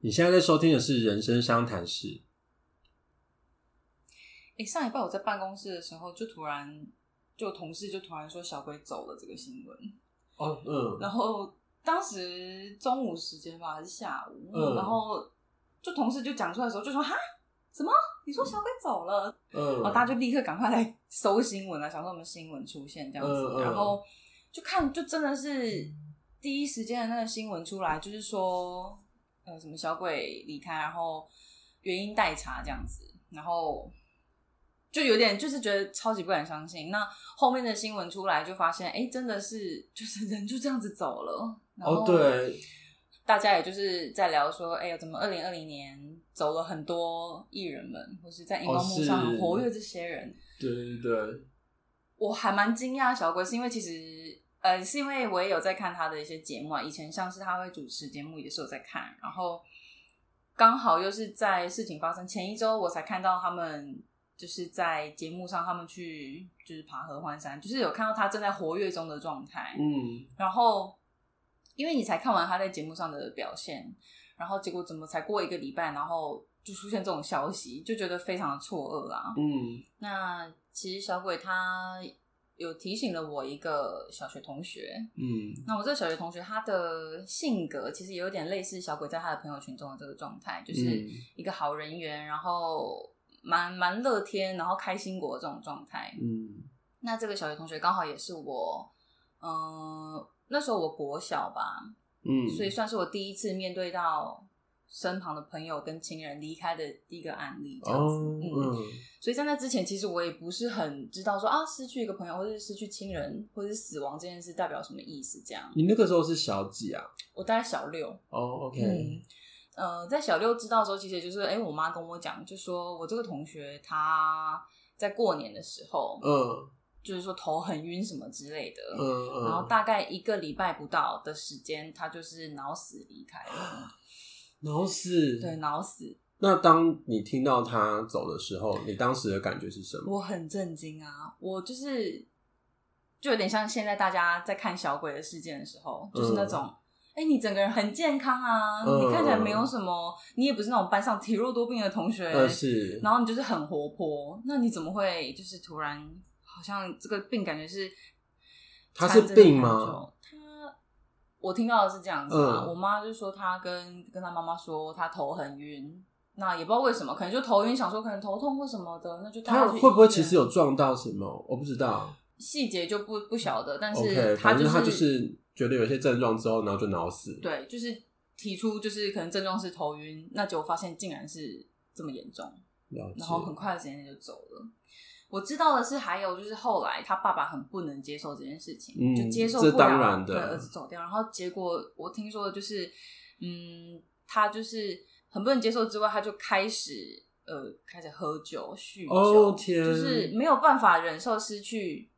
你现在在收听的是《人生商谈室》，诶，上一拜我在办公室的时候，就突然就有同事就突然说小鬼走了这个新闻，哦，嗯，然后当时中午时间吧还是下午，嗯然后就同事就讲出来的时候就说哈什么？你说小鬼走了？嗯，然哦后大家就立刻赶快来搜新闻啊，想说我们新闻出现这样子，嗯嗯然后就看就真的是第一时间的那个新闻出来，就是说呃什么小鬼离开，然后原因待查这样子，然后就有点就是觉得超级不敢相信。那后面的新闻出来就发现，哎，真的是就是人就这样子走了，然后哦，对，大家也就是在聊说，哎呀，怎么二零二零年走了很多艺人们，或是在荧光幕上哦是很活跃这些人，对对对，我还蛮惊讶小鬼，是因为其实呃，是因为我也有在看他的一些节目啊，以前像是他会主持节目也是有在看，然后刚好又是在事情发生前一周，我才看到他们就是在节目上他们去就是爬合欢山，就是有看到他正在活跃中的状态，嗯，然后因为你才看完他在节目上的表现，然后结果怎么才过一个礼拜，然后就出现这种消息，就觉得非常的错愕啊。嗯，那其实小鬼他有提醒了我一个小学同学，嗯，那我这个小学同学他的性格其实也有点类似小鬼在他的朋友圈中的这个状态，就是嗯一个好人缘，然后蛮蛮乐天，然后开心果这种状态。嗯，那这个小学同学刚好也是我，嗯、那时候我国小吧，嗯，所以算是我第一次面对到身旁的朋友跟亲人离开的第一个案例，这样子。哦，嗯所以在那之前，其实我也不是很知道说啊，失去一个朋友，或者是失去亲人，或者是死亡这件事代表什么意思。这样，你那个时候是小几啊？我大概小六，哦，OK，嗯，呃，在小六知道的时候，其实也就是哎、我妈跟我讲，就说我这个同学他在过年的时候，嗯就是说头很晕什么之类的，嗯嗯，然后大概一个礼拜不到的时间，他就是脑死离开啊了，然后是，对，脑死，那当你听到他走的时候，你当时的感觉是什么？我很震惊啊！我就是，就有点像现在大家在看小鬼的事件的时候，就是那种，哎、你整个人很健康啊，嗯你看起来没有什么，你也不是那种班上体弱多病的同学，呃，是，然后你就是很活泼，那你怎么会就是突然好像这个病感觉是他缠是着你病很吗久？他我听到的是这样子啊，嗯我妈就说她跟跟她妈妈说她头很晕，那也不知道为什么，可能就头晕，想说可能头痛或什么的，那就带他去医会不会院其实有撞到什么？我不知道。细节就不不晓得，但 OK，是反就正是他就是觉得有些症状之后，然后就脑死。，对，就是提出就是可能症状是头晕，那结果发现竟然是这么严重。了解然。后很快的时间内就走了。我知道的是，还有就是后来他爸爸很不能接受这件事情，嗯就接受这不当了然的对儿子走掉。然后结果我听说的就是，嗯，他就是很不能接受之外，他就开始呃开始喝酒、酗酒，哦天就是没有办法忍受失去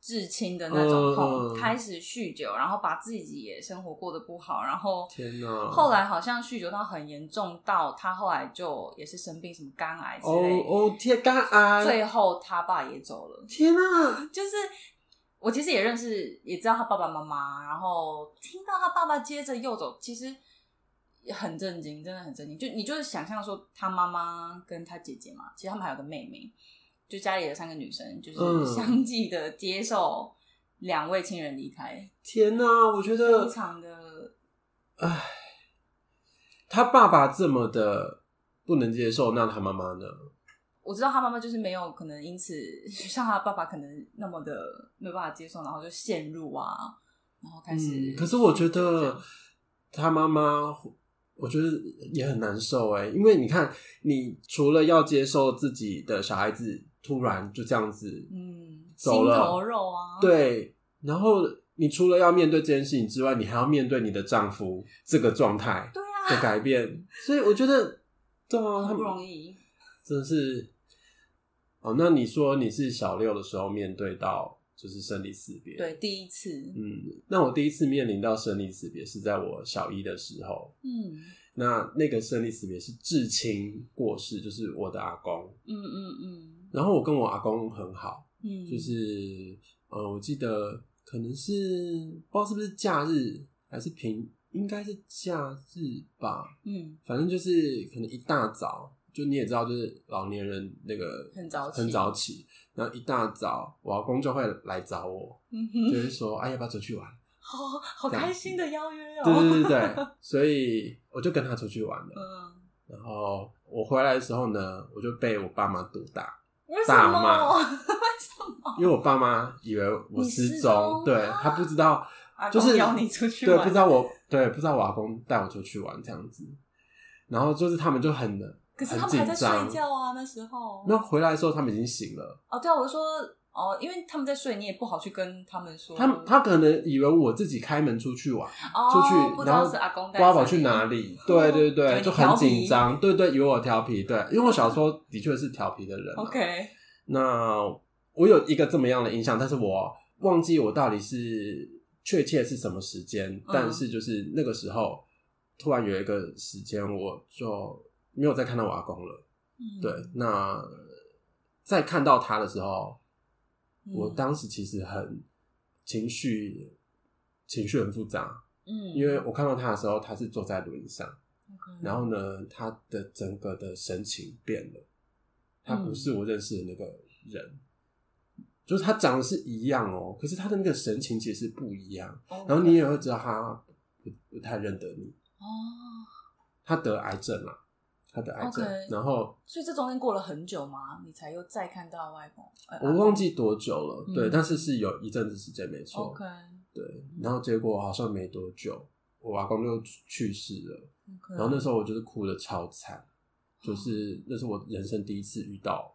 至亲的那种痛，嗯开始酗酒，然后把自己也生活过得不好，然后天哪！后来好像酗酒到很严重，到他后来就也是生病什么肝癌之哦类的哦，天肝癌！最后他爸也走了，天啊哪！就是我其实也认识，也知道他爸爸妈妈，然后听到他爸爸接着又走，其实也很震惊，真的很震惊。就你就是想象说，他妈妈跟他姐姐嘛，其实他们还有个妹妹，就家里的三个女生，就嗯是相继的接受两位亲人离开，天哪！我觉非得常的他爸爸这么的不能接受，那他妈妈呢？我知道他妈妈就是没有可能因此 像他爸爸可能那么的没有办法接受，然后就陷入啊，然后开始、嗯，可是我觉得他妈妈，我觉得也很难受哎，因为你看，你除了要接受自己的小孩子突然就这样子，嗯，走了心头肉啊，，对，然后你除了要面对这件事情之外，你还要面对你的丈夫这个状态对的啊，改变，所以我觉得，对啊，他们很不容易。真的是。哦，那你说你是小六的时候面对到就是生离死别，对，，第一次，嗯，那我第一次面临到生离死别是在我小一的时候，嗯那那个生离死别是至亲过世，就是我的阿公，嗯嗯嗯然后我跟我阿公很好，嗯，就是呃，我记得可能是不知道是不是假日还是平，应该是假日吧，嗯，反正就是可能一大早，就你也知道，就是老年人那个很早起很早起，然后一大早我阿公就会来找我，嗯就哼，是说，哎、要不要出去玩？好好开心的邀约哦，对对对对，所以我就跟他出去玩了。嗯，然后我回来的时候呢，我就被我爸妈毒打，为什大么？骂为什么？因为我爸妈以为我哦你失失踪踪，对他不知道，阿就公是邀你出去对，玩，不知道我对不知道我阿公带我出去玩这样子，然后就是他们就很可是很他们紧还在张睡觉啊，那时候。那回来的时候他们已经醒了，哦，对啊，我就说哦，因为他们在睡，你也不好去跟他们说。他们他可能以为我自己开门出去玩，哦出不去知然道后是阿公不带知道跑着去你哪里，对对以为对，你就很调皮紧张，对对，以为我调皮，对，因为我小时候的确是调皮的人啊、 OK，那我有一个这么样的印象，但是我忘记我到底是确切是什么时间，嗯但是就是那个时候突然有一个时间，我就没有再看到我阿公了。嗯对，那再看到他的时候，嗯我当时其实很情绪情绪很复杂，嗯，因为我看到他的时候，他是坐在轮椅上。 OK 然后呢，他的整个的神情变了，他嗯不是我认识的那个人，就是他长得是一样哦，可是他的那个神情其实不一样。嗯 OK 然后你也会知道他不不太认得你，哦，他得癌症了，他得癌症 OK 然后所以这中间过了很久吗？你才又再看到外公？呃我忘记多久了，嗯对，但是是有一阵子时间没阿公错 OK 对。然后结果好像没多久，我阿公就去世了。然 OK，后那时候我就是哭的超惨，就是那是我人生第一次遇到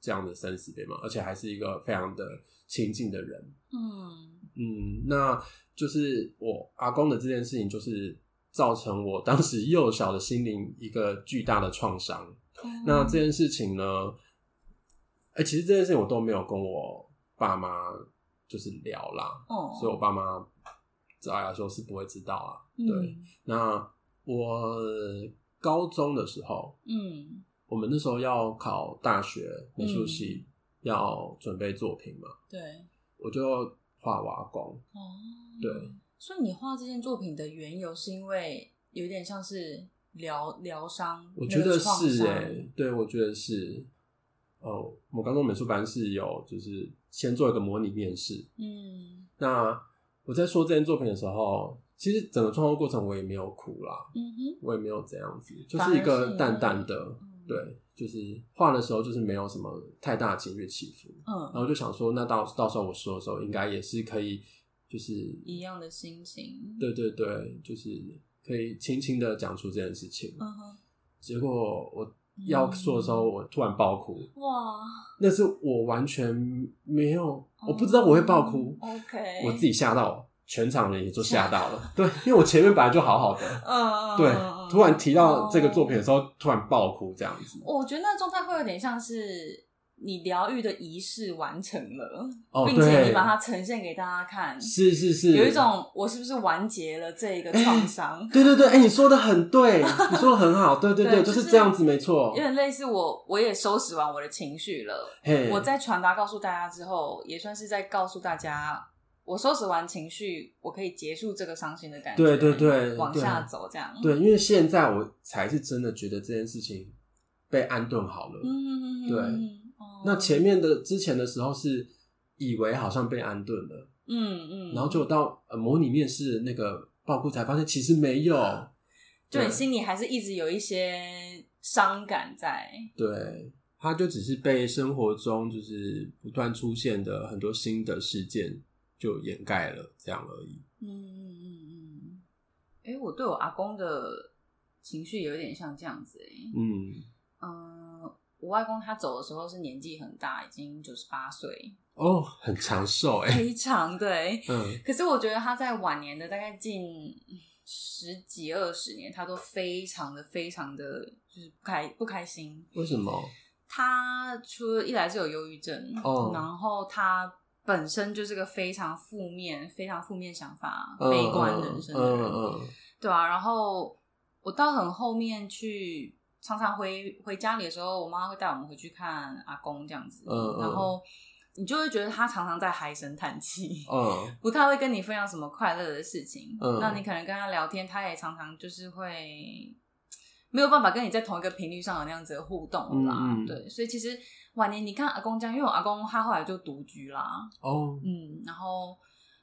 这样的生死别嘛，而且还是一个非常的亲近的人。嗯嗯，那就是我阿公的这件事情，就是造成我当时幼小的心灵一个巨大的创伤。哦嗯那这件事情呢，哎、其实这件事情我都没有跟我爸妈就是聊啦，哦，所以我爸妈照理来说是不会知道啊。嗯对，那我高中的时候，嗯，嗯我们那时候要考大学美术系，要准备作品嘛，对我就画瓦工。哦对。所以你画这件作品的缘由是因为有点像是疗疗伤，我觉得是哎、哎、对，我觉得是。哦，我高中美术班是有，就是先做一个模拟面试。嗯那我在说这件作品的时候，其实整个创作过程我也没有哭啦，嗯哼，我也没有这样子，就反是一而是个你淡淡的，嗯对，就是画的时候就是没有什么太大的情绪起伏。嗯然，后就想说，那到到时候我说的时候，应该也是可以，就是一样的心情。，对对对，就是可以轻轻的讲出这件事情。嗯哼，结果我要说的时候，我突然爆哭，哇，那是我完全没有，我不知道我会爆哭，哦 OK，我自己吓到，全场人也都吓到 了。对，因为我前面本来就好好的，嗯，对嗯，突然提到这个作。嗯嗯品的时候，突然爆哭这样子。我觉得那个状态会有点像是你疗愈的仪式完成了，哦，并且对你，把它呈现给大家看，是是是，有一种我是不是完结了这一个 创伤？对对对，哎、你说的很 对，你说的很好，对对对，对就就是是这样子，没错有。点类似我，我也收拾完我的情绪了。嘿，我在传达告诉大家之后，也算是在告诉大家，我收拾完情绪，我可以结束这个伤心的感觉，对对对往下对走这样。对，因为现在我才是真的觉得这件事情被安顿好了。嗯，嗯，嗯对嗯哦那前面的之前的时候是以为好像被安顿了，嗯嗯，然后就到、呃、模拟面试那个爆哭才发现其实没有。啊就对你心里还是一直有一些伤感在。对，它就只是被生活中就是不断出现的很多新的事件就掩盖了这样而已。嗯嗯嗯嗯。哎、我对我阿公的情绪有点像这样子、欸。嗯，嗯、我外公他走的时候是年纪很大，已经九十八岁，哦，很长寿哎、非常对。嗯，可是我觉得他在晚年的大概近十几二十年，他都非常的非常的就是不开不开心。为什么？他除了一来是有忧郁症，哦然后他本身就是个非常负面、非常负面想法、嗯悲观人生的嗯人，嗯嗯对啊。然后我到很后面去，常常回回家里的时候，我妈会带我们回去看阿公这样子，嗯嗯然后你就会觉得他常常在唉声叹气，嗯不太会跟你分享什么快乐的事情。嗯那你可能跟他聊天，他也常常就是会没有办法跟你在同一个频率上有那样子的互动啦。嗯嗯对，所以其实晚年你看阿公这样，因为我阿公他后来就独居啦，哦，嗯，然后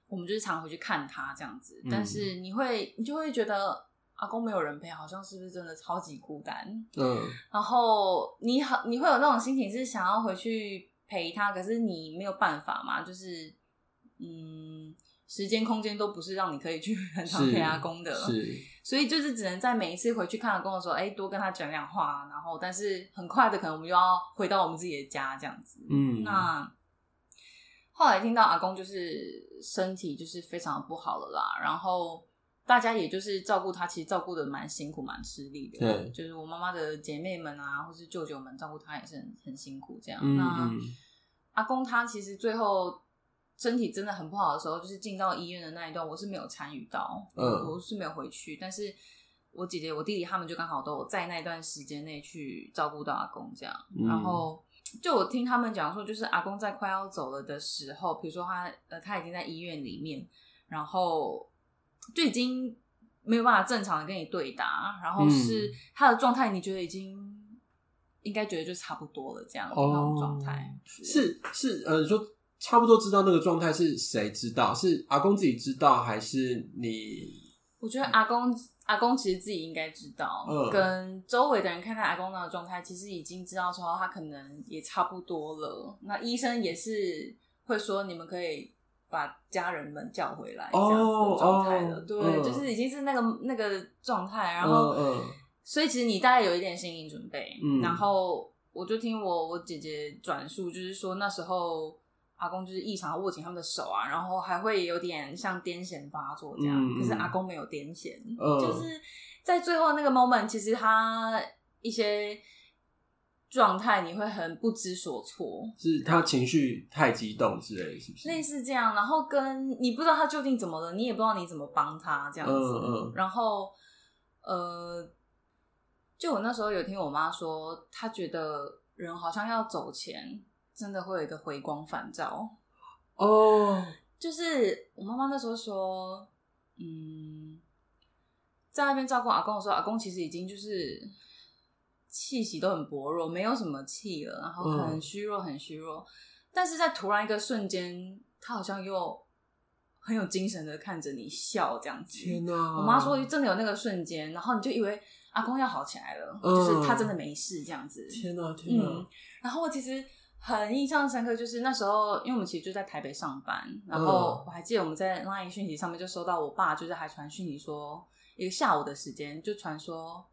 我们就是常回去看他这样子嗯，但是你会你就会觉得阿公没有人陪，好像是不是真的超级孤单？嗯然后你好，你会有那种心情是想要回去陪他，可是你没有办法嘛，就是嗯，时间空间都不是让你可以去很常是陪阿公的，是所以就是只能在每一次回去看阿公的时候，哎，多跟他讲讲话，然后但是很快的，可能我们又要回到我们自己的家这样子，嗯那后来听到阿公就是身体就是非常不好了啦，然后大家也就是照顾他，其实照顾的蛮辛苦、蛮吃力的。对就是我妈妈的姐妹们啊，或是舅舅们照顾他也是很很辛苦这样。嗯那嗯阿公他其实最后身体真的很不好的时候，就是进到医院的那一段，我是没有参与到，嗯我是没有回去，但是。我姐姐、我弟弟他们就刚好都有在那段时间内去照顾到阿公这样，嗯然后就我听他们讲说，就是阿公在快要走了的时候，比如说他呃他已经在医院里面，然后就已经没有办法正常的跟你对答，然后是嗯他的状态，你觉得已经应该觉得就差不多了这样、那种状哦态，是是呃，你说差不多知道那个状态是谁知道？是阿公自己知道，还是你？我觉得阿公阿公其实自己应该知道，嗯跟周围的人看待阿公那个状态，其实已经知道说他可能也差不多了。那医生也是会说，你们可以把家人们叫回来这哦样子的状态了。哦对，嗯就是已经是那个那个状态，然后、嗯嗯所以其实你大概有一点心理准备。嗯然后我就听我我姐姐转述，就是说那时候。阿公就是异常地握紧他们的手啊，然后还会有点像癫痫发作这样，嗯嗯可是阿公没有癫痫，嗯就是在最后那个 moment，其实他一些状态你会很不知所措，是他情绪太激动之类的，是不是？类似这样，然后跟你不知道他究竟怎么了，你也不知道你怎么帮他这样子，嗯嗯然后呃，就我那时候有听我妈说，她觉得人好像要走前，真的会有一个回光返照，哦，就是我妈妈那时候说，嗯，在那边照顾阿公的时候，阿公其实已经就是气息都很薄弱，没有什么气了，然后嗯很虚弱，很虚弱。但是在突然一个瞬间，他好像又很有精神的看着你笑这样子。天哪、我妈说，真的有那个瞬间，然后你就以为阿公要好起来了，嗯就是他真的没事这样子。天哪、天哪、嗯，然后我其实很印象深刻，就是那时候，因为我们其实就在台北上班，然嗯后我还记得我们在 LINE 讯息上面就收到我爸，就是还传讯息说，一个下午的时间就传说。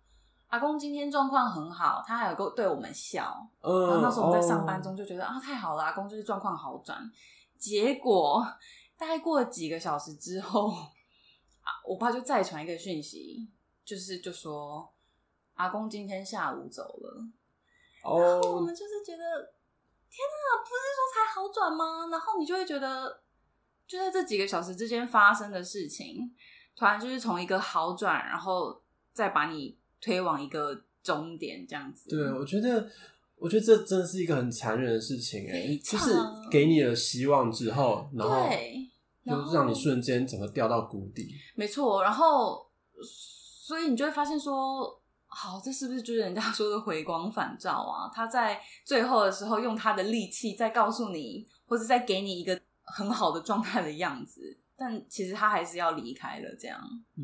阿公今天状况很好，他还有够对我们笑。嗯，然后那时候我们在上班哦，中就觉得、啊太好了，阿公就是状况好转。结果大概过了几个小时之后，啊我爸就再传一个讯息，就是就说阿公今天下午走了。然后我哦，们就是觉得，天哪，不是说才好转吗？然后你就会觉得，就在这几个小时之间发生的事情，突然就是从一个好转，然后再把你推往一个终点这样子。对，我觉得。我觉得这真的是一个很残忍的事情哎、非就常是给你了希望之后，然后对，然就后让你瞬间整个掉到谷底。没错，然后所以你就会发现说，好，这是不是就是人家 说的回光返照啊？他在最后的时候用他的力气在告诉你，或者在给你一个很好的状态的样子，但其实他还是要离开了。这样，嗯，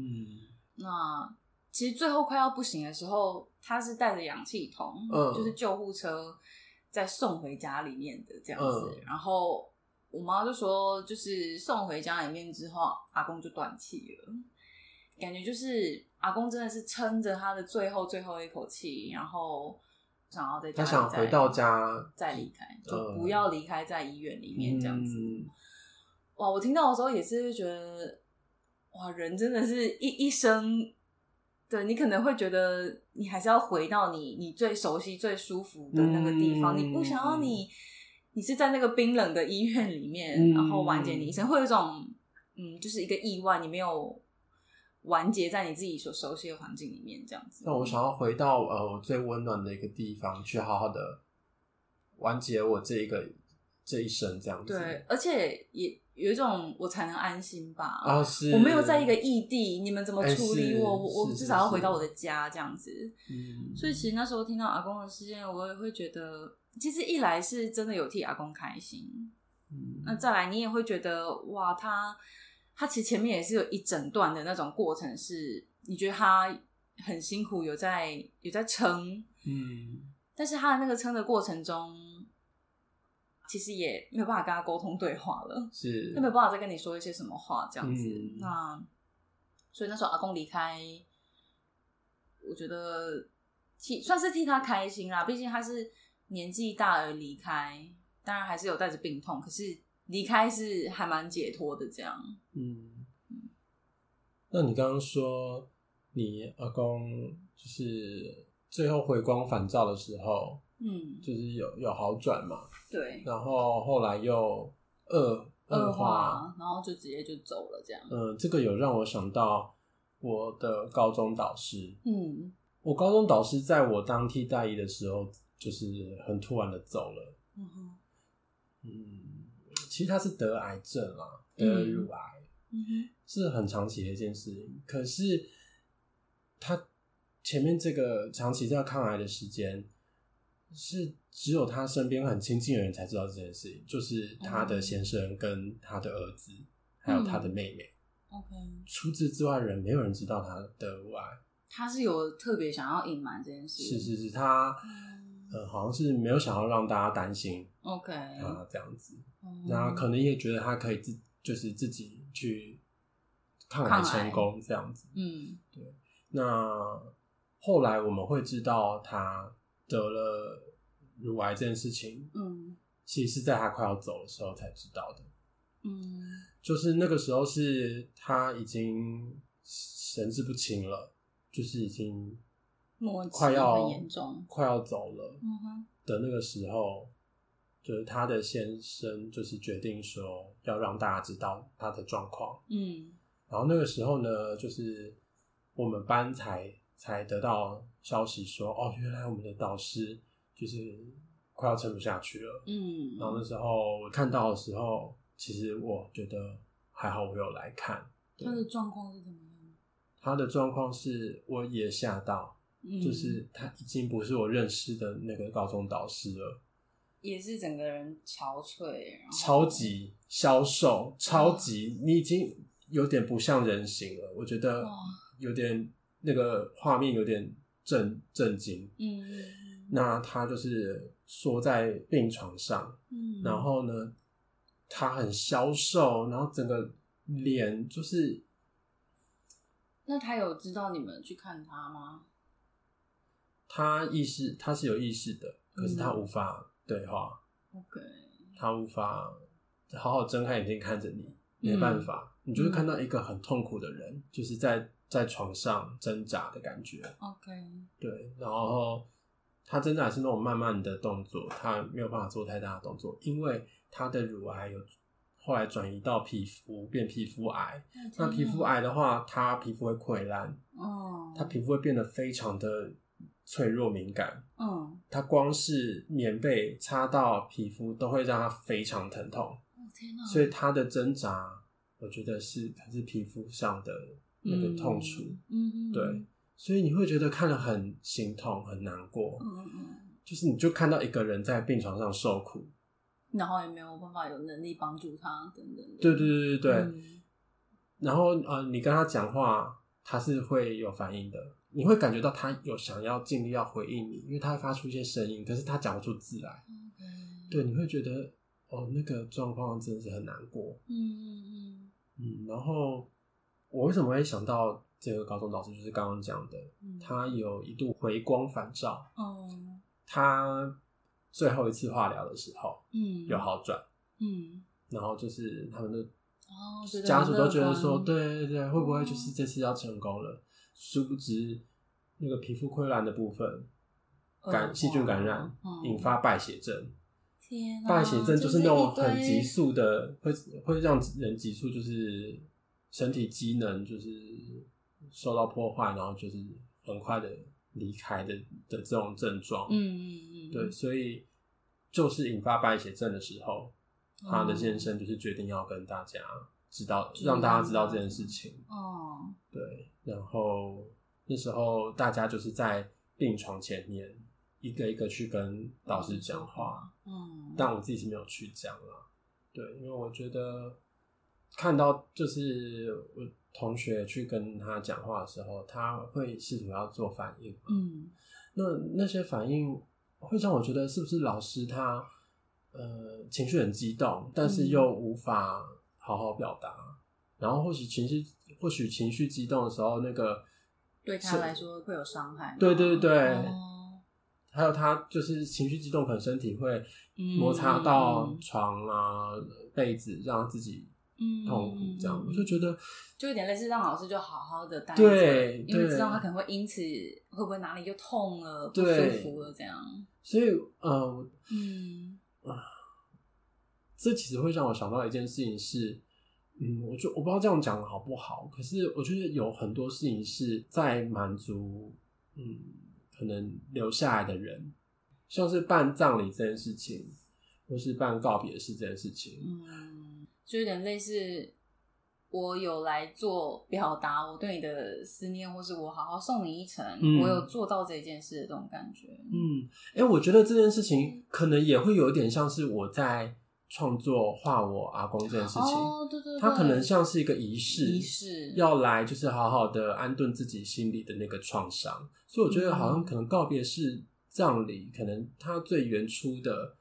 那其实最后快要不行的时候，他是带着氧气筒，嗯就是救护车再送回家里面的这样子，嗯然后。我妈就说，就是送回家里面之后，阿公就断气了。感觉就是阿公真的是撑着他的最后最后一口气，然后想要在他家里想再回到家，再离开，就嗯不要离开在医院里面这样子。嗯哇，我听到的时候也是觉得，哇，人真的是一一生。对你可能会觉得，你还是要回到你你最熟悉、最舒服的那个地方。嗯你不想要你，你是在那个冰冷的医院里面，嗯然后完结你一生，会有一种嗯，就是一个意外，你没有完结在你自己所熟悉的环境里面，这样子。那我想要回到呃我最温暖的一个地方，去好好的完结我这一个这一生这样子。对，而且也有一种我才能安心吧。啊，是我没有在一个异地，你们怎么处理哎是我？我我是至少要是回到我的家这样子。嗯，所以其实那时候听到阿公的事件，我也会觉得，其实一来是真的有替阿公开心，嗯那再来你也会觉得，哇，他他其实前面也是有一整段的那种过程是，你觉得他很辛苦，有在有在撑，嗯，但是他的那个撑的过程中，其实也没有办法跟他沟通对话了。是就没有办法再跟你说一些什么话这样子。嗯那所以那时候阿公离开，我觉得替算是替他开心啦，毕竟他是年纪大而离开，当然还是有带着病痛，可是离开是还蛮解脱的这样。嗯，那你刚刚说你阿公就是最后回光返照的时候，嗯，就是有有好转嘛，对，然后后来又恶恶化，化，然后就直接就走了这样。嗯，这个有让我想到我的高中导师，嗯我高中导师在我当替代役的时候，就是很突然的走了，嗯哼嗯，其实他是得癌症啦，得乳癌。嗯哼是很长期的一件事情。可是他前面这个长期在抗癌的时间，是只有他身边很亲近的人才知道这件事情，就是他哦的先生、跟他的儿子，还有他的嗯妹妹。 ，OK，除此之外，人没有人知道他得乳癌。他是有特别想要隐瞒这件事，是嗯是是，他呃好像是没有想要让大家担心 OK，他这样子，嗯那可能也觉得他可以自就是自己去抗癌抗癌成功这样子。嗯那后来我们会知道他得了乳癌这件事情，嗯其实是在他快要走的时候才知道的。嗯就是那个时候是他已经神志不清了，就是已经末期快要很严重快要走了嗯哼，的那个时候，就是他的先生就是决定说要让大家知道他的状况。嗯然后那个时候呢，就是我们班才才得到消息说，哦，原来我们的导师就是快要撑不下去了。嗯，然后那时候我看到的时候，其实我觉得还好，我有来看他的状况是怎么样？他的状况是，我也吓到，嗯，就是他已经不是我认识的那个高中导师了，也是整个人憔悴，然后超级消瘦，超级你已经有点不像人形了，我觉得哇，有点那个画面有点震震惊。嗯那他就是缩在病床上，嗯，然后呢，他很消瘦，然后整个脸就是那他有知道你们去看他吗？他意识他是有意识的，可是他嗯无法对话， ？OK，他无法好好睁开眼睛看着你，没嗯办法，你就会看到一个很痛苦的人，就是在在床上挣扎的感觉。 OK，对，然后他真的还是那种慢慢的动作，他没有办法做太大的动作，因为他的乳癌有后来转移到皮肤，变皮肤癌。那皮嗯肤，癌的话，他皮肤会溃烂，哦，他皮肤会变得非常的脆弱敏感。嗯，他光是棉被擦到皮肤都会让他非常疼痛，哦天哪，所以他的挣扎，我觉得是可能是皮肤上的那个痛楚。嗯，嗯，嗯对嗯所以你会觉得看了很心痛、很难过。嗯嗯，就是你就看到一个人在病床上受苦，然后也没有办法有能力帮助他，等等的，对对对对对，嗯然后呃，你跟他讲话，他是会有反应的，你会感觉到他有想要尽力要回应你，因为他会发出一些声音，可是他讲不出字来， ，OK，对，你会觉得哦，那个状况真的是很难过，嗯嗯嗯，然后我为什么会想到这个高中老师，就是刚刚讲的，嗯，他有一度回光返照，哦，他最后一次化疗的时候嗯，有好转，嗯。然后就是他们的哦，觉得家很属都觉得乐说，观，对对对，会不会嗯就是这次要成功了？殊不知，那个皮肤溃烂的部分恶化感细菌感染嗯，引发败血症。天啊败血症就是是那种一堆很急，速的，会会让人急速就是身体机能就是受到破坏，然后就是很快的离开的的这种症状。嗯嗯嗯，对，所以就是引发败血症的时候，他的先现生就是决定要跟大家知道，哦知道让大家知道这件事情。哦，对，然后那时候大家就是在病床前面一个一个去跟老师讲话，嗯，但我自己是没有去讲啦。对，因为我觉得看到就是我同学去跟他讲话的时候，他会试图要做反应嘛，嗯那那些反应会让我觉得是不是老师他呃情绪很激动，但是又嗯无法好好表达，然后或许情绪或许情绪激动的时候，那个对他是来说会有伤害吗。对对对哦还有他就是情绪激动，可能身体会嗯摩擦到床啊、被子，让自己嗯痛苦这样，嗯我就觉得就有点类似让老师就好好的待着，对因为对知道他可能会因此会不会哪里就痛了、不舒对服了这样。所以呃，嗯这其实会让我想到一件事情是，嗯，我就我不知道这样讲好不好，可是我觉得有很多事情是在满足，嗯，可能留下来的人，像是办葬礼这件事情，或是办告别式这件事情，嗯，就有点类似我有来做表达我对你的思念，或是我好好送你一程，嗯我有做到这件事的这种感觉。嗯，哎、我觉得这件事情可能也会有一点像是我在创作画我阿公这件事情，哦，对对对，它可能像是一个仪式，仪式，要来就是好好的安顿自己心里的那个创伤，所以我觉得好像可能告别式葬礼，可能它最原初的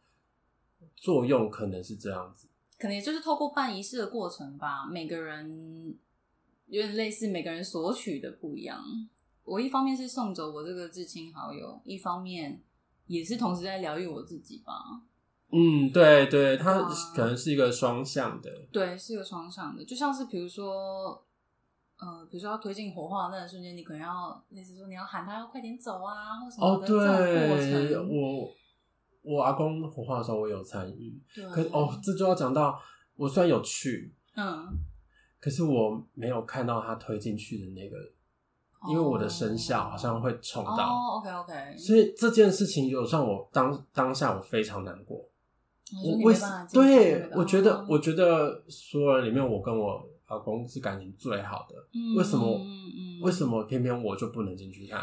作用可能是这样子。可能也就是透过办仪式的过程吧，每个人有点类似，每个人索取的不一样。我一方面是送走我这个至亲好友，一方面也是同时在疗愈我自己吧。嗯，对对，它哇可能是一个双向的。对，是有双向的，就像是比如说，呃，比如说要推进火化的那个瞬间，你可能要类似说你要喊他要快点走啊，或什么哦，的、这对，种过程。我我阿公火化的时候我有参与，对，可是哦，这就要讲到我虽然有去，嗯，可是我没有看到他推进去的那个，因为我的生肖好像会冲到。哦，OK OK，所以这件事情有让我当当下我非常难过。我为对，我觉哦得我觉得所有人里面，我跟我老公是感情最好的，为什么嗯嗯，哦为什么？么偏偏我就不能进去看？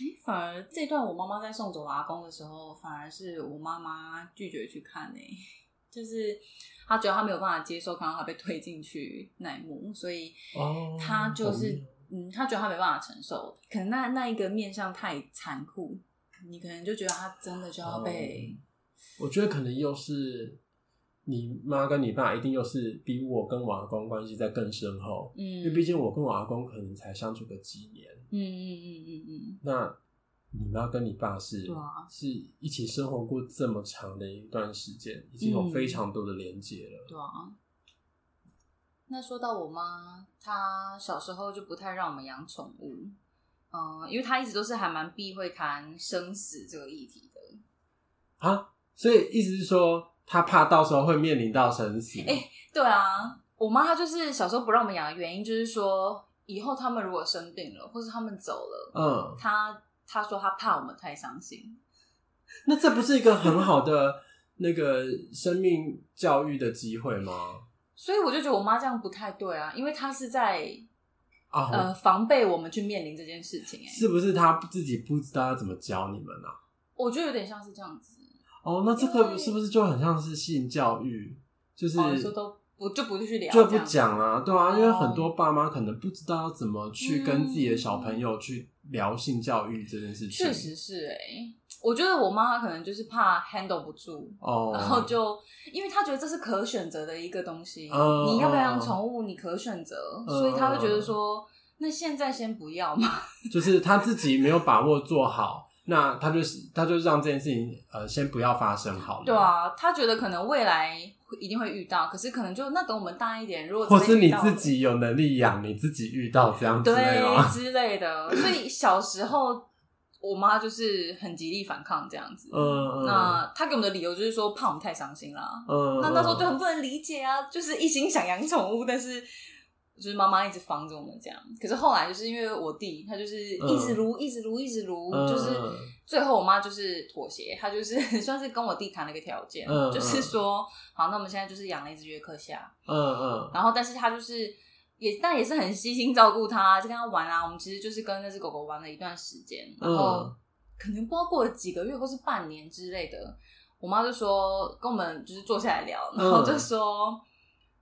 诶反而这段我妈妈在送走我阿公的时候，反而是我妈妈拒绝去看呢、 就是她觉得她没有办法接受看到她被推进去那一幕，所以哦她就好是妙嗯，她觉得她没办法承受，可能那那一个面相太残酷，你可能就觉得她真的就要哦被、我觉得可能又是你妈跟你爸，一定又是比我跟我阿公关系在更深厚，嗯，因为毕竟我跟我阿公可能才相处个几年，嗯嗯嗯嗯嗯，那。你妈跟你爸是、对啊是一起生活过这么长的一段时间，已经有嗯非常多的连接了。对啊。那说到我妈，她小时候就不太让我们养宠物，嗯，因为她一直都是还蛮避讳谈生死这个议题的。啊，所以意思是说，他怕到时候会面临到生死。对啊，我妈她就是小时候不让我们养的原因，就是说以后他们如果生病了，或是他们走了，嗯，她她说她怕我们太伤心。那这不是一个很好的那个生命教育的机会吗？所以我就觉得我妈这样不太对啊，因为她是在啊，呃防备我们去面临这件事情、欸。是不是他自己不知道要怎么教你们啊？我觉得有点像是这样子。哦，那这对个是不是就很像是性教育？就是、哦，你说都不就不去聊，就不这样子讲啊，对啊，因为哦很多爸妈可能不知道要怎么去跟自己的小朋友去聊性教育这件事情。确实是哎、我觉得我妈可能就是怕 handle 不住，哦，然后就因为她觉得这是可选择的一个东西，嗯你要不要养宠物，你可选择，嗯所以她会觉得说，那现在先不要嘛。 就是他自己没有把握做好，那他就是他就让这件事情呃先不要发生好了。对，啊，她觉得可能未来会一定会遇到，可是可能就那等我们大一点，如果或真是的遇你到自了己有能力养，你自己遇到这样 之类的对 吗？之 类的，所以小时候我妈就是很极力反抗这样子。嗯嗯那她给我们的理由就是说怕我们太伤心啦，嗯，那那时候就很不能理解啊，就是一心想养宠物，但是就是妈妈一直防着我们这样。可是后来就是因为我弟，他就是一直撸，一直撸，一直撸，嗯就是嗯最后我妈就是妥协，她就是 算是跟我弟谈了一个条件，嗯就是说，好，那我们现在就是养了一只约克夏，嗯然后但是他就是也但也是很细心照顾它，就跟它玩啊。我们其实就是跟那只狗狗玩了一段时间，然后嗯可能不知道过了几个月或是半年之类的，我妈就说跟我们就是坐下来聊，然后嗯就说。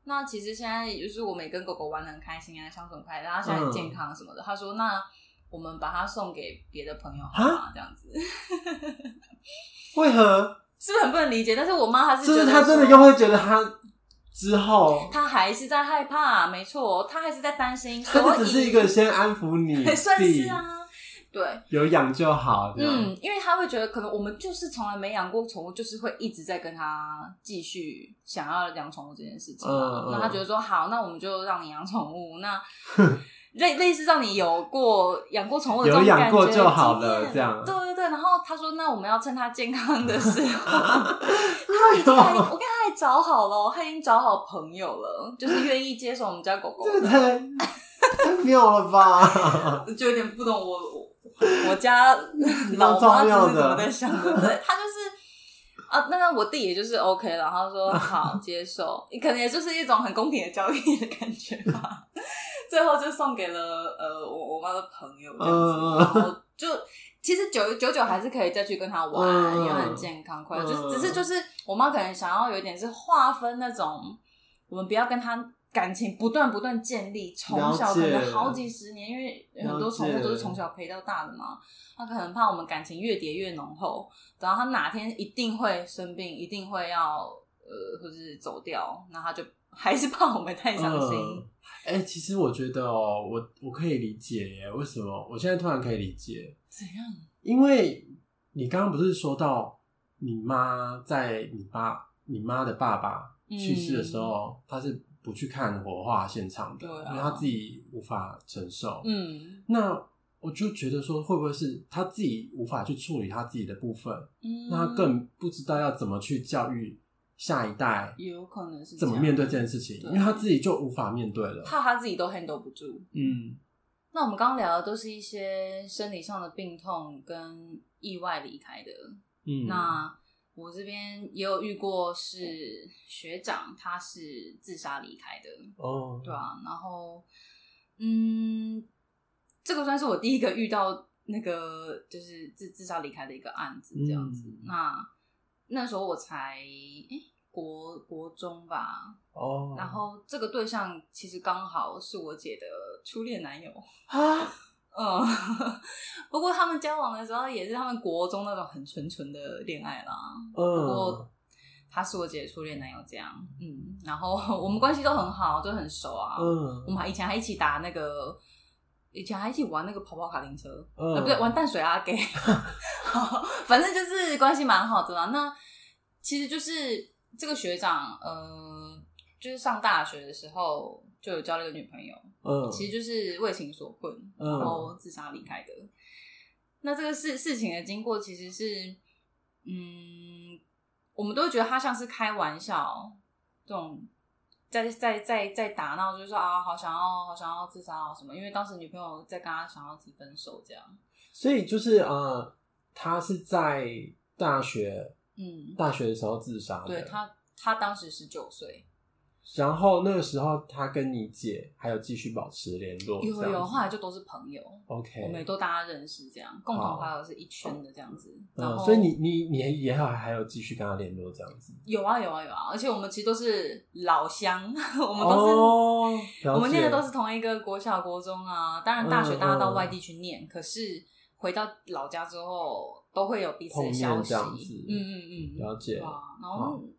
那其实现在就是我们也跟狗狗玩的很开心啊，相处很快乐，然后现在很健嗯康什么的。她说：“那我们把它送给别的朋友好吗？”这样子 为何？是不是很不能理解？但是我妈她是就觉是得他真的说又会觉得他之后，他还是在害怕，没错，他还是在担心，所他以就只是一个先安抚 你算是弟，啊，对，有养就好，这样嗯，因为他会觉得可能我们就是从来没养过宠物，就是会一直在跟他继续想要养宠物这件事情嘛嗯。嗯那他觉得说好，那我们就让你养宠物， 那类类似让你有过养过宠物的这有种养感觉过就好了经验这样对对对，然后他说，那我们要趁他健康的 时候。哎他已呦，我跟他也找好了，他已经找好朋友了，就是愿意接手我们家狗狗这个的。 太太妙了吧？就有点不懂我我我 家老妈子是怎么在想的，对，他就是啊，那那我弟也就是 OK 了，然后 说好接受，可能也就是一种很公平的交易的感觉吧。 最后就送给了呃我我妈的朋友这样子，嗯嗯然后就其实久久久还是可以再去跟他玩，嗯嗯因为很健康快乐，嗯就是只是就是我妈可能想要有一点是划分那种我们不要跟他。感情不断不断建立，从小可了能解好几十年，因为很多宠物都是从小陪到大的嘛，他可能怕我们感情越叠越浓厚，然后他哪天一定会生病，一定会要呃，或是走掉，那他就 还是怕我们太伤心。嗯哎、其实我觉得哦、我我可以理解耶，为什么？我现在突然可以理解，怎样？因为你刚刚不是说到你妈在你爸、你妈的爸爸嗯去世的时候，她是不去看火化现场的，对啊因为她自己无法承受。，嗯那我就觉得说，会不会是她自己无法去处理她自己的部分，嗯，那她更不知道要怎么去教育下一代，也有可能是怎么样面对这件事情，对因为她自己就无法面对了。怕他自己都 handle 不住。嗯。那我们刚刚聊的都是一些生理上的病痛跟意外离开的嗯，那我这边也有遇过是学长，他是自杀离开的，哦，对啊，然后嗯，这个算是我第一个遇到那个就是自自杀离开的一个案子这样子。嗯那那时候我才诶、国国中吧，哦，然后这个对象其实刚好是我姐的初恋男友。啊， 嗯，不过他们交往的时候也是他们国中那种很纯纯的恋爱啦。不嗯过，他是我姐的初恋男友，这样，嗯，然后我们关系都很好，就很熟啊。我嗯们还以前还一起打那个，以前还一起玩那个跑跑卡丁车，嗯呃，不对，玩淡水 阿给，反正就是关系蛮好的啦。那其实就是这个学长，呃，就是上大学的时候就有交了一个女朋友，嗯，其实就是为情所困，嗯然后自杀离开的。那这个事事情的经过其实是，嗯，我们都会觉得他像是开玩笑，这种在在在在打闹，就是说啊，好想要好想要自杀啊什么，因为当时女朋友在跟他想要提分手这样。所以就是呃，他是在大学嗯，大学的时候自杀的，对，他他当时十九岁，然后那个时候他跟你姐还有继续保持联络，有哦这样有，子后来就都是朋友，我们也，OK，都大家认识这样，共同好好友是一圈的这样子。然嗯，后所以你你你也也还还有继续跟他联络这样子，有啊有啊有啊，而且我们其实都是老乡， 我我们都是、哦，了我们念的解都是同一个国小、国中啊。当然，大学大家到嗯嗯外地去念，可是回到老家之后，都会有彼此碰的面消息。这样子嗯嗯嗯，了解对啊。然后、嗯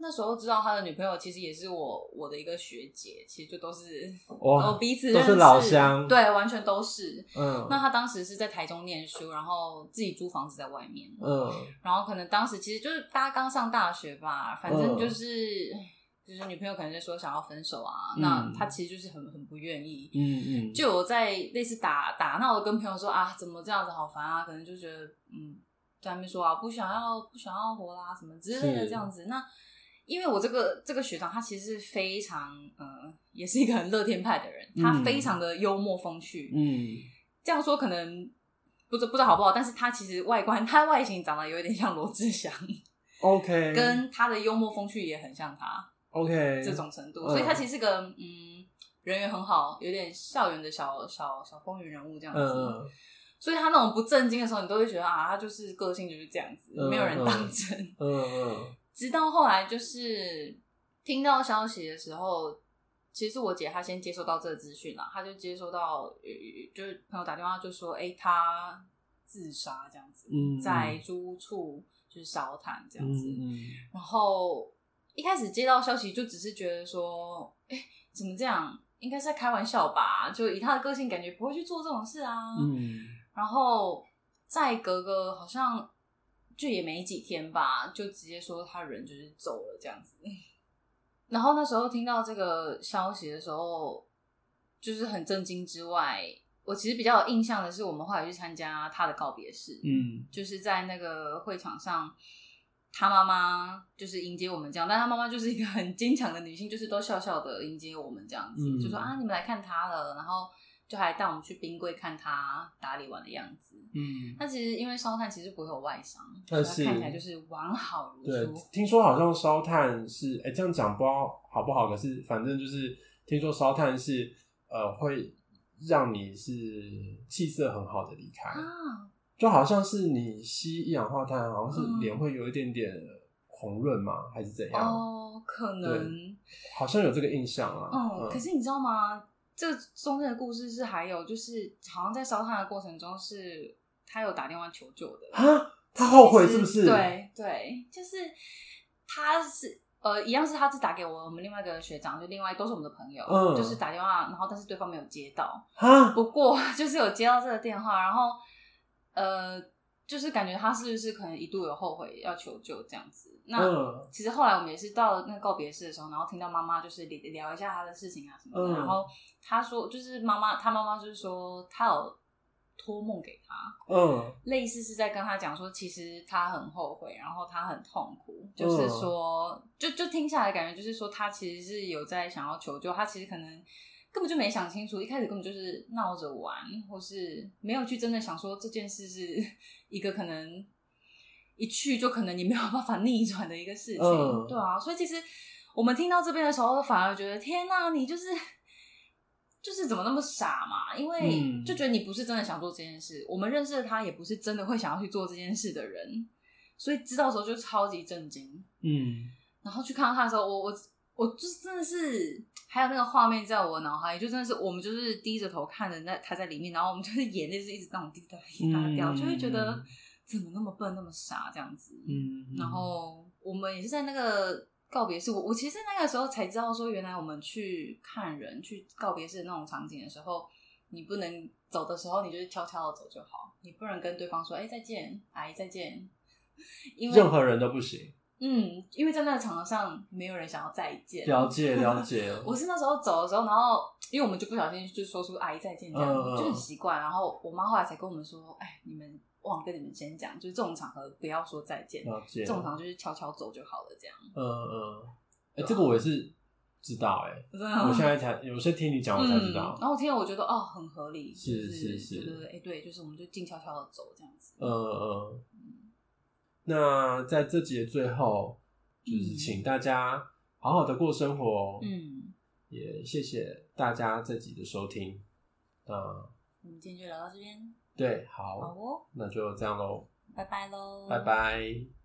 那时候知道他的女朋友，其实也是我我的一个学姐，其实就都是哇都彼此都认是识老乡对，完全都是。嗯，那他当时是在台中念书，然后自己租房子在外面。嗯然后可能当时其实就是大家刚上大学吧，反嗯正就是、就是女朋友可能就说想要分手啊，嗯那他其实就是很很不愿意。嗯嗯，就我在类似打打闹的跟朋友说啊，怎么这样子好烦啊，可能就觉得嗯，在那边说啊，不想要不想要活啦、什么之类的是这样子。那因为我这个这个学长他其实是非常呃，也是一个很乐天派的人，他嗯非常的幽默风趣。嗯，这样说可能不知不知道好不好，但是他其实外观他外形长得有一点像罗志祥， OK，跟他的幽默风趣也很像他 OK 这种程度，嗯所以他其实是个嗯人缘很好，有点校园的小小小风云人物这样子。嗯所以他那种不正经的时候，你都会觉得啊，他就是个性就是这样子，嗯没有人当真。嗯嗯直到后来就是听到消息的时候，其实我姐她先接收到这个资讯啦，她就接收到，呃就是朋友打电话就说，哎、她自杀这样子，嗯，在租屋处就是烧炭这样嗯子。嗯然后一开始接到消息就只是觉得说，哎、怎么这样？应该是在开玩笑吧？就以她的个性，感觉不会去做这种事啊。嗯然后再隔个好像就也没几天吧，就直接说他人就是走了这样子。 然后那时候听到这个消息的时候，就是很震惊之外，我其实比较有印象的是，我们后来去参加他的告别式，嗯就是在那个会场上，他妈妈就是迎接我们这样，但他妈妈就是一个很坚强的女性，就是都笑笑的迎接我们这样子，嗯就说啊你们来看她了，然后就还带我们去冰柜看她打理完的样子。嗯，她其实因为烧炭其实不会有外伤，但所啊是以她看起来就是完好如对初。，听说好像烧炭是，哎，这样讲不知道好不好，可是反正就是听说烧炭是，呃，会让你是气色很好的离开，啊，就好像是你吸一氧化碳，好像嗯是脸会有一点点红润嘛，还是怎样？哦，可能，好像有这个印象啊。嗯，可是你知道吗？这中间的故事是还有就是，好像在烧炭的过程中是他有打电话求救的啊，他后悔是不其是？实，对对，就是他是呃，一样是他是打给我我们另外一个学长，就另外都是我们的朋友，嗯就是打电话，然后但是对方没有接到，啊，不过就是有接到这个电话，然后呃，就是感觉他是不是可能一度有后悔要求救这样子？那、嗯其实后来我们也是到了那个告别式的时候，然后听到妈妈就是聊聊一下她的事情啊什么嗯的，然后她说就是妈妈，她妈妈就是说她有托梦给她。嗯类似是在跟他讲说，其实他很后悔，然后他很痛苦，就是说，就就听下来感觉就是说，他其实是有在想要求救，他其实可能根本就没想清楚，一开始根本就是闹着玩，或是没有去真的想说这件事是一个可能一去就可能你没有办法逆转的一个事情，嗯对啊，所以其实我们听到这边的时候，反而觉得天呐，你就是。就是怎么那么傻嘛？因为嗯就觉得你不是真的想做这件事，我们认识的他也不是真的会想要去做这件事的人，所以知道的时候就超级震惊。嗯然后去看到他的时候，我我我就是真的是，还有那个画面在我脑海里，就真的是我们就是低着头看着那他在里面，然后我们就是眼泪是一直那种滴答滴答掉，嗯就会觉得怎么那么笨那么傻这样子。嗯，然后我们也是在那个告别式，我我其实那个时候才知道说，原来我们去看人去告别式的那种场景的时候，你不能走的时候，你就是悄悄的走就好，你不能跟对方说“哎、再见，阿姨再见”，因为任何人都不行。嗯，因为在那个场合上，没有人想要再见。了 解了解，我是那时候走的时候，然后因为我们就不小心就说出“阿姨再见”这样，嗯嗯就很习惯。然后我妈后来才跟我们说：“哎，你们忘了跟你们先讲，就是这种场合不要说再见。”了解。这种常就是悄悄走就好了，这样。嗯嗯，哎、这个我也是知道哎、真的我现在才有些听你讲我才知嗯道。然后听了我觉得哦，很合理，是就是是觉得哎、诶对，就是我们就静悄悄的走这样子。嗯嗯，那在这集的最后，就是嗯请大家好好的过生活。，哦嗯，也谢谢大家这集的收听。啊、我们今天就聊到这边，对，好嗯好，哦，那就这样喽，拜拜喽，拜。拜。